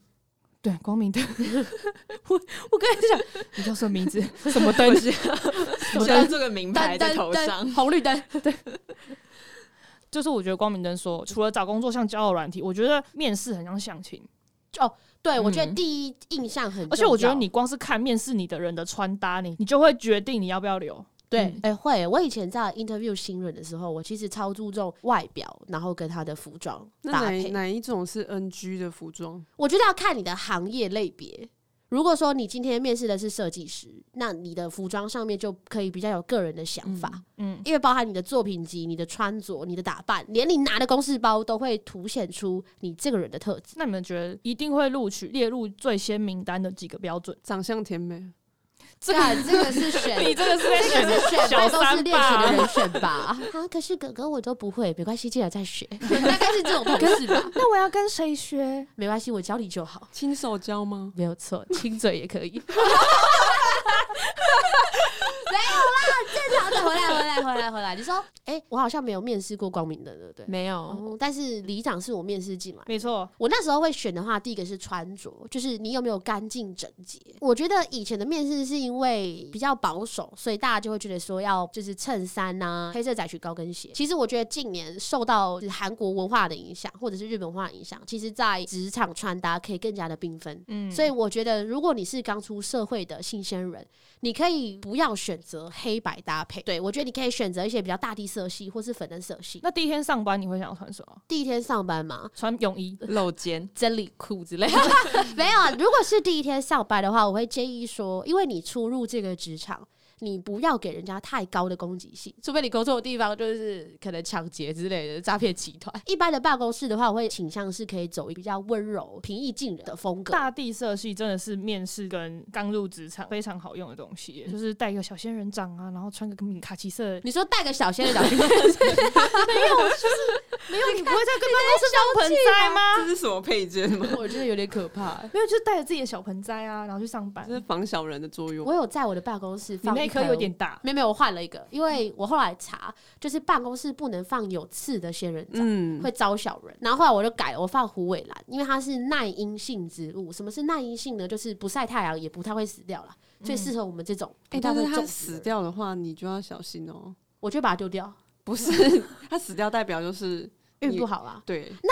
Speaker 3: 对光明 灯，我我跟你 讲，你叫什么名字？什么灯？
Speaker 5: 我要做个名牌在头上。
Speaker 1: 红绿灯，
Speaker 3: 就是我觉得光明灯说，除了找工作像交友软体，我觉得面试很像相亲。
Speaker 1: 对我觉得
Speaker 5: 嗯
Speaker 1: 第一印象很重要，
Speaker 3: 而且我觉得你光是看面试你的人的穿搭，你你就会决定你要不要留。
Speaker 1: 对，哎
Speaker 5: 嗯、
Speaker 1: 会。我以前在 interview 新人的时候，我其实超注重外表，然后跟他的服装
Speaker 2: 那
Speaker 1: 搭
Speaker 2: 哪
Speaker 1: 配。
Speaker 2: 哪一种是 NG 的服装？
Speaker 1: 我觉得要看你的行业类别。如果说你今天面试的是设计师，那你的服装上面就可以比较有个人的想法，
Speaker 3: 嗯，
Speaker 1: 因为包含你的作品集、你的穿着、你的打扮，连你拿的公事包都会凸显出你这个人的特质。
Speaker 3: 那你们觉得一定会录取列入最先名单的几个标准？
Speaker 2: 长相甜美，
Speaker 1: 这个这个是选，
Speaker 3: 这个是在
Speaker 1: 这个是选，
Speaker 3: 小
Speaker 1: 都是
Speaker 3: 三
Speaker 1: 练习的
Speaker 3: 吧？
Speaker 1: 人选吧？啊，可是哥哥我都不会，没关系，进来再学， 大概是这种同事吧。
Speaker 3: 那我要跟谁 学？
Speaker 1: 没关系，我教你就好。
Speaker 2: 亲手教吗？
Speaker 1: 没有 错，亲嘴也可以。没有啦，正常的。回来，回来，回来，回来。你说，哎、我好像没有面试过光明的，对不对？
Speaker 5: 没有，
Speaker 1: 哦，但是里长是我面试进来。
Speaker 3: 没错，
Speaker 1: 我那时候会选的话，第一个是穿着，就是你有没有干净整洁。我觉得以前的面试是因为比较保守，所以大家就会觉得说要就是衬衫呐、黑色窄裙、高跟鞋。其实我觉得近年受到就是韩国文化的影响，或者是日本文化的影响，其实在职场穿搭可以更加的缤纷。
Speaker 3: 嗯，
Speaker 1: 所以我觉得，如果你是刚出社会的新鲜人，你可以不要选择黑白搭配。对我觉得你可以选择一些比较大地色系或是粉嫩色系。
Speaker 3: 那第一天上班你会想要穿什么？
Speaker 1: 第一天上班嘛，
Speaker 3: 穿泳衣。
Speaker 5: 露肩，
Speaker 1: 真理裤 之类的。没有，啊如果是第一天上班的话，我会建议说，因为你初入这个职场。你不要给人家太高的攻击性，除非你工作的地方就是可能抢劫之类的诈骗集团。一般的办公室的话，我会倾向是可以走比较温柔、平易近人的风格。
Speaker 3: 大地色系真的是面试跟刚入职场非常好用的东西耶，就是带一个小仙人掌啊，然后穿个米卡其色，
Speaker 1: 你说带个小仙人掌去
Speaker 3: 没有你不会在跟办公室
Speaker 5: 哦
Speaker 3: 当盆栽吗？
Speaker 2: 这 是什么配件吗？
Speaker 1: 我觉得有点 可怕、
Speaker 3: 没有，就是带着自己的小盆栽啊，然后去上班
Speaker 2: 这。是防小人的作用
Speaker 1: 我。有在我的办公室
Speaker 3: 你
Speaker 1: 放
Speaker 3: 那
Speaker 1: 一
Speaker 3: 颗有点大，
Speaker 1: 没有没有，我换了一个，因为我后来查，就是办公室不能放有刺的仙人掌。
Speaker 2: 嗯，
Speaker 1: 会招小人，然后后来我就改了，我放虎尾兰，因为它是耐阴性植物。什么是耐阴性呢？就是不晒太阳也不太会死掉了，最适合我们这种
Speaker 2: 嗯哎、
Speaker 1: 不太
Speaker 2: 但
Speaker 1: 会
Speaker 2: 是他
Speaker 1: 中
Speaker 2: 死
Speaker 1: 暑的人，
Speaker 2: 掉的话，你就要小心哦、
Speaker 1: 我就把它丢掉，
Speaker 2: 不是，他死掉代表就是
Speaker 1: 运
Speaker 2: 你
Speaker 1: 不好啊。
Speaker 2: 对，
Speaker 1: 那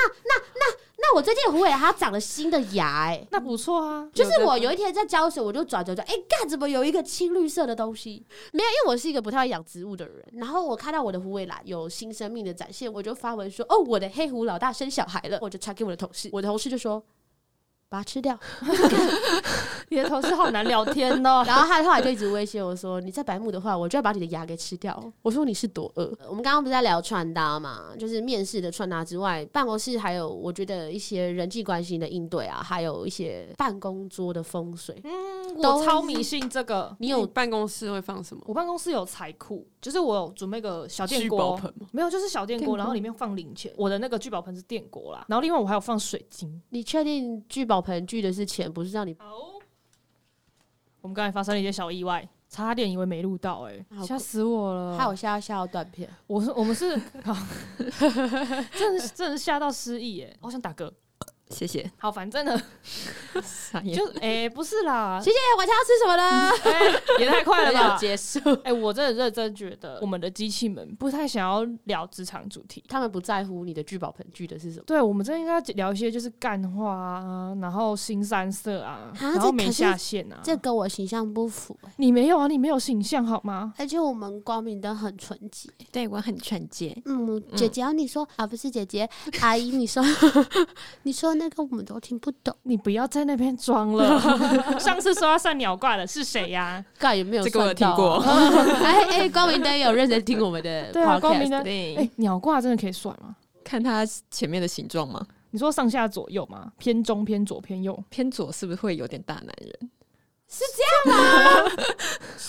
Speaker 1: 那我最近虎尾它长了新的牙、哎，
Speaker 3: 那不错啊。
Speaker 1: 就是我有一天在浇水，我就转转转，哎、干怎么有一个青绿色的东西？没有，因为我是一个不太会养植物的人。然后我看到我的虎尾兰有新生命的展现，我就发文说：“哦，我的黑虎老大生小孩了。”我就传给我的同事，我的同事就说。把它吃掉，
Speaker 3: 你的同事好难聊天 哦。
Speaker 1: 然后他后来就一直威胁我说：“你再白目的话，我就要把你的牙给吃掉。” 我说：“你是多饿？”我们刚刚不是在聊穿搭嘛，就是面试的穿搭之外，办公室还有我觉得一些人际关系的应对啊，还有一些办公桌的风水。
Speaker 3: 嗯，
Speaker 1: 都
Speaker 3: 我
Speaker 1: 是
Speaker 3: 超迷信这个。
Speaker 1: 你
Speaker 2: 你
Speaker 1: 有
Speaker 2: 办公室会放什么？
Speaker 3: 我办公室有财库，就是我有准备个小电
Speaker 2: 聚宝
Speaker 3: 锅，
Speaker 2: 盆吗？
Speaker 3: 没有，就是小电
Speaker 5: 电锅
Speaker 3: 锅，然后里面放零钱。我的那个聚宝盆是电锅啦，然后另外我还有放水晶。
Speaker 1: 你确定聚宝盆聚的是钱，不是让你
Speaker 3: 好，我们刚才发生了一些小意外，差点以为没录到、欸，
Speaker 1: 好
Speaker 3: 哎，吓死我了！
Speaker 1: 害我吓到吓到断 片？
Speaker 3: 我是我们是，好真的是真的是吓到失忆、欸，哎，好想打嗝。
Speaker 5: 谢谢。
Speaker 3: 好，反正呢，
Speaker 5: 傻眼
Speaker 3: 就哎、不是 啦，
Speaker 1: 姐姐，晚餐要吃什么呢？
Speaker 3: 哎也太快了吧！
Speaker 4: 结束，
Speaker 3: 哎、我真的认真觉得我们的机器们不太想要聊职场主题。
Speaker 1: 他们不在乎你的聚宝盆聚的是什么。
Speaker 3: 对，我们真的应该聊一些就是干话啊，然后新三色啊，
Speaker 1: 啊
Speaker 3: 然
Speaker 1: 这
Speaker 3: 后没
Speaker 1: 可是
Speaker 3: 下线啊。
Speaker 1: 这跟我形象不符、欸，
Speaker 3: 你没有啊，你没有形象好吗？
Speaker 1: 而且我们光明灯很纯洁。
Speaker 5: 对我很纯洁，
Speaker 1: 嗯，姐姐要你说、啊，不是姐姐，阿姨你说， 你说那个我们都听不懂，
Speaker 3: 你不要在那边装了。上次说要算鸟卦的是谁呀、
Speaker 1: 干也没有
Speaker 5: 这个我有听过。
Speaker 1: 哎哎，光明灯有认真听我们的
Speaker 3: 对啊，光明
Speaker 1: podcast
Speaker 3: 灯。
Speaker 5: 对，
Speaker 3: 哎、鸟卦真的可以算吗？
Speaker 5: 看它前面的形状嘛，
Speaker 3: 你说上下左右吗？偏中、偏左、偏右？
Speaker 5: 偏左是不是会有点大男人？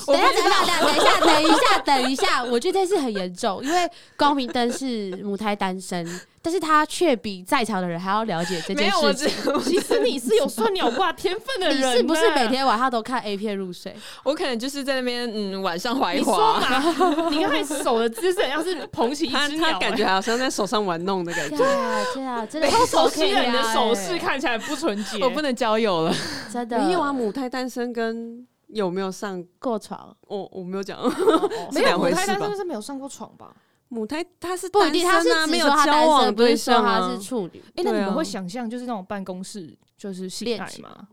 Speaker 1: 等一下，等一下，等一下，等一下，等一下， 我觉得这是很严重，因为光明灯是母胎单身， 但是他却比在场的人还要了解这件事情。
Speaker 3: 其实你是有算鸟卦天分的
Speaker 1: 你
Speaker 3: 人、
Speaker 1: 是不是每？天晚上都看 A 片入睡？
Speaker 5: 我可能就是在那边嗯晚上怀
Speaker 3: 你说
Speaker 5: 滑，
Speaker 3: 嘛，你看手的姿势很像是捧起一
Speaker 2: 他
Speaker 3: 只鸟、欸
Speaker 2: 他感觉好像在手上玩弄的感觉。
Speaker 1: 对啊，对啊，真的
Speaker 3: 超熟
Speaker 1: 可
Speaker 3: 悉
Speaker 1: 以
Speaker 3: 的，你的
Speaker 1: 聊欸
Speaker 3: 手势看起来不纯洁。
Speaker 5: 我不能交友了。
Speaker 1: 哎真的
Speaker 2: 没有啊，母胎单身跟有没有上
Speaker 1: 过床
Speaker 2: 我我没有讲，
Speaker 3: 没
Speaker 5: 是
Speaker 3: 有
Speaker 5: 两
Speaker 3: 母
Speaker 5: 回
Speaker 3: 胎
Speaker 5: 事
Speaker 3: 单
Speaker 5: 吧
Speaker 3: 身是哦没有上过床吧？
Speaker 2: 母胎他是
Speaker 1: 不一定，他
Speaker 2: 单
Speaker 1: 是
Speaker 2: 身啊
Speaker 1: 只
Speaker 2: 没有
Speaker 1: 说他
Speaker 2: 交
Speaker 1: 单
Speaker 2: 往
Speaker 1: 身，不是
Speaker 2: 对
Speaker 1: 说
Speaker 2: 象
Speaker 1: 他
Speaker 2: 啊
Speaker 1: 是。处女。
Speaker 3: 哎、那
Speaker 2: 对
Speaker 3: 你们
Speaker 2: 啊
Speaker 3: 会想象就是那种办公室就是性
Speaker 1: 恋
Speaker 3: 爱
Speaker 1: 情
Speaker 3: 吗？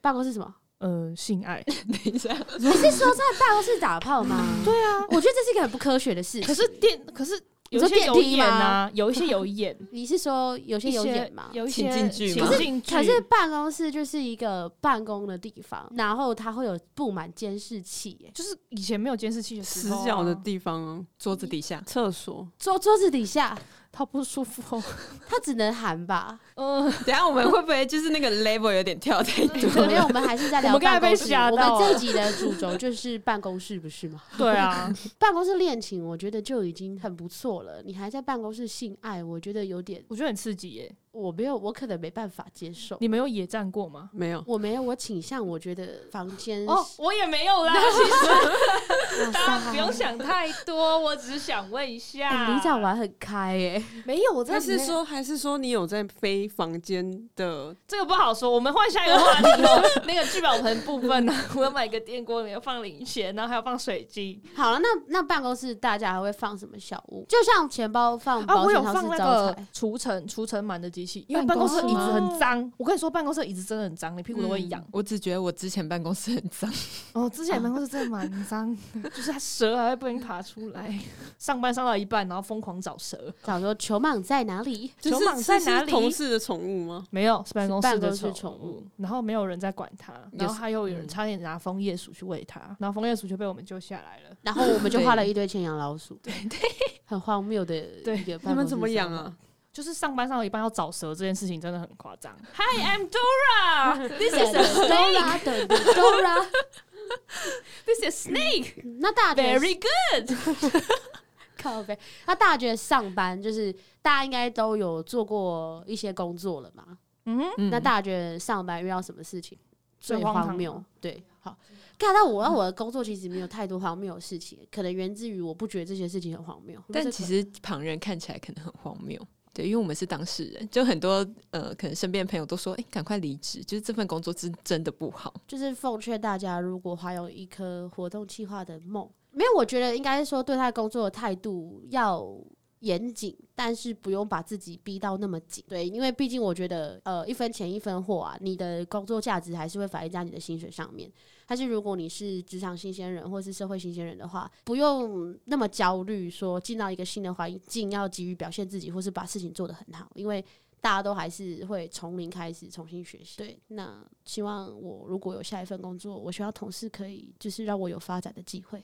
Speaker 1: 办公室什么？
Speaker 3: 呃，性爱。
Speaker 5: 等一下，
Speaker 1: 你是说在办公室打炮吗？对啊，我觉得这是一个很不科学的事情。
Speaker 3: 可是电，可是
Speaker 1: 你
Speaker 3: 有
Speaker 1: 说
Speaker 3: 一些
Speaker 1: 电
Speaker 3: 有
Speaker 1: 梯
Speaker 3: 演
Speaker 1: 吗
Speaker 3: 啊，有一些有演，
Speaker 1: 你是说 有些有演吗？
Speaker 3: 有一
Speaker 5: 情
Speaker 3: 些
Speaker 5: 境剧
Speaker 3: 情
Speaker 5: 吗
Speaker 3: 境剧
Speaker 1: 可是办公室就是一个办公的地方，然后它会有布满监视器耶，
Speaker 3: 就是以前没有监视器的时
Speaker 2: 死
Speaker 3: 候、啊，
Speaker 2: 角的地方啊，
Speaker 5: 桌子底下，
Speaker 2: 厕所。
Speaker 1: 桌桌子底下，
Speaker 3: 好不舒服哦。
Speaker 1: 它只能喊吧。
Speaker 3: 嗯、呃，
Speaker 5: 等一下我们会不会就是那个 level 有点跳太多？
Speaker 1: 没有，我们还是在聊
Speaker 3: 我们刚才
Speaker 1: 办公
Speaker 3: 被
Speaker 1: 室。
Speaker 3: 吓
Speaker 1: 我们
Speaker 3: 到
Speaker 1: 这
Speaker 3: 了
Speaker 1: 一集的主轴就是办公室，不是吗？
Speaker 3: 对啊，
Speaker 1: 办公室恋情，我觉得就已经很不错了。你还在办公室性爱，我觉得有点，
Speaker 3: 我觉得很刺激耶。
Speaker 1: 我没有，我可能没办法接受。
Speaker 3: 你们有野战过吗？
Speaker 2: 没有，
Speaker 1: 我没有，我倾向我觉得房间
Speaker 3: 哦，
Speaker 1: 是
Speaker 3: 我也没 有啦。其实
Speaker 1: 哇
Speaker 3: 大家
Speaker 1: 塞
Speaker 3: 不用想太多，我只是想问一下，
Speaker 1: 哎你讲完很开耶、
Speaker 3: 没有？我真
Speaker 2: 还
Speaker 3: 的
Speaker 2: 是
Speaker 3: 没有
Speaker 2: 说还是说你有在飞房间的？
Speaker 3: 这个不好说，我们换下一个话题哦。 那个聚宝盆部分呢， 我要买个电锅，里面放零钱，然后还要放水晶。
Speaker 1: 好了，那那办公室大家还会放什么小物？就像钱包
Speaker 3: 啊
Speaker 1: 放保险套是招财，
Speaker 3: 除尘除尘螨的机器，
Speaker 1: 因
Speaker 3: 因
Speaker 1: 为
Speaker 3: 为办公室
Speaker 1: 办
Speaker 3: 椅
Speaker 1: 公室
Speaker 3: 子
Speaker 1: 吗
Speaker 3: 很脏。我跟你说，办公室椅子真的很脏，你屁股都会痒。
Speaker 5: 嗯我只觉得我之前办公室很脏，
Speaker 3: 哦，之前办公室真的蛮脏的， 就是它蛇还会不小心爬出来。上班上到一半，然后疯狂找蛇，
Speaker 1: 找说球蟒在哪里？
Speaker 2: 就
Speaker 3: 球
Speaker 2: 是
Speaker 3: 蟒在
Speaker 2: 是是
Speaker 3: 哪里
Speaker 2: 同事的宠物吗？
Speaker 3: 没有是办公室
Speaker 1: 办
Speaker 3: 的
Speaker 1: 公室
Speaker 3: 宠
Speaker 1: 宠物，
Speaker 3: 然后没有人在管它，然后还有有人
Speaker 5: 嗯
Speaker 3: 差点拿枫叶鼠去喂它，然后枫叶鼠就被我们救下来了。
Speaker 1: 然后我们就画了一堆钱养老鼠，对对，很荒谬的
Speaker 3: 对
Speaker 1: 一个
Speaker 2: 你
Speaker 1: 办公
Speaker 2: 们
Speaker 1: 室
Speaker 2: 怎么养啊？
Speaker 3: 就是上班上到一半要找蛇这件事情真的很夸张。Hi, I'm Dora.
Speaker 1: 生活？Dora 的 Dora，
Speaker 3: This is snake.
Speaker 1: 那大学
Speaker 3: Very good.
Speaker 1: 靠背，那大学上班就是大家应该都有做过一些工作了嘛？
Speaker 3: 嗯，
Speaker 5: 嗯
Speaker 1: 那大学上班遇到什么事情
Speaker 3: 最
Speaker 1: 最
Speaker 3: 荒唐
Speaker 1: 荒
Speaker 3: 的
Speaker 1: 谬？对，好，看到我，我的工作其实没有太多荒谬的事情，可能源自于我不觉得这些事情很荒谬。
Speaker 5: 嗯但其实旁人看起来可能很荒谬。对，因为我们是当事人，就很多呃，可能身边的朋友都说：“哎、赶快离职，就是这份工作真真的不好。
Speaker 1: 就是奉劝大家，如果还有一颗活动计划的梦，没有，我觉得应该是说对他工作的态度要严谨，但是不用把自己逼到那么紧。对，因为毕竟我觉得，呃，一分钱一分货啊，你的工作价值还是会反映在你的薪水上面。但是如果你是职场新鲜人或是社会新鲜人的话，不用那么焦虑，说进到一个新的环境要急于表现自己，或是把事情做得很好，因为大家都还是会从零开始重新学习。对，那希望我如果有下一份工作，我希望同事可以就是让我有发展的机会。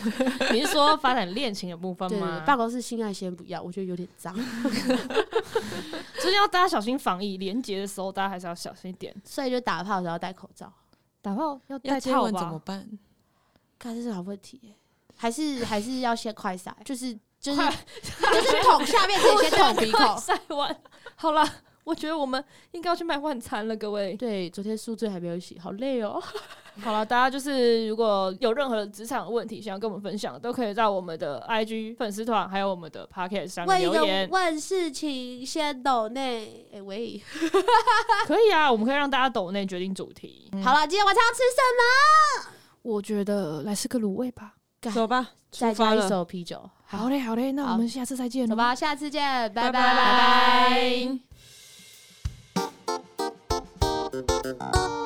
Speaker 3: 你是说发展恋情的部分
Speaker 1: 对，
Speaker 3: 吗？
Speaker 1: 办公室性爱先不要，我觉得有点脏，
Speaker 3: 就是要大家小心防疫，连结的时候大家还是要小心一点。
Speaker 1: 所以就打炮的时候戴口 罩。
Speaker 3: 打炮要
Speaker 5: 要
Speaker 3: 戴
Speaker 5: 接
Speaker 3: 套
Speaker 5: 吻怎么
Speaker 3: 吧？。
Speaker 5: 办？
Speaker 1: 看这是好问题耶、还是还是要先快塞，就是就是就是捅下面可以先捅鼻孔
Speaker 3: 晒完， 好啦，我觉得我们应该要去买晚餐了，各位。
Speaker 1: 对，昨天宿醉还没有洗，好累哦。
Speaker 3: 好了，大家就是如果有任何职场的问题想要跟我们分享，都可以在我们的 IG 粉丝团还有我们的 Pocket 上面
Speaker 1: 问一
Speaker 3: 留
Speaker 1: 个
Speaker 3: 言。
Speaker 1: 问事情先抖内，哎、喂，
Speaker 3: 可以啊，我们可以让大家抖内决定主题。
Speaker 1: 好了，今天晚上要吃什么？
Speaker 3: 我觉得来吃个卤味吧。
Speaker 2: 走吧，
Speaker 1: 再
Speaker 2: 出
Speaker 1: 加
Speaker 2: 发
Speaker 1: 一
Speaker 2: 了，
Speaker 1: 手啤酒，
Speaker 3: 好嘞，好嘞，那
Speaker 1: 好
Speaker 3: 我们下次再见
Speaker 1: 走
Speaker 3: 喽，
Speaker 1: 吧，下次见，拜
Speaker 3: 拜拜。
Speaker 1: 拜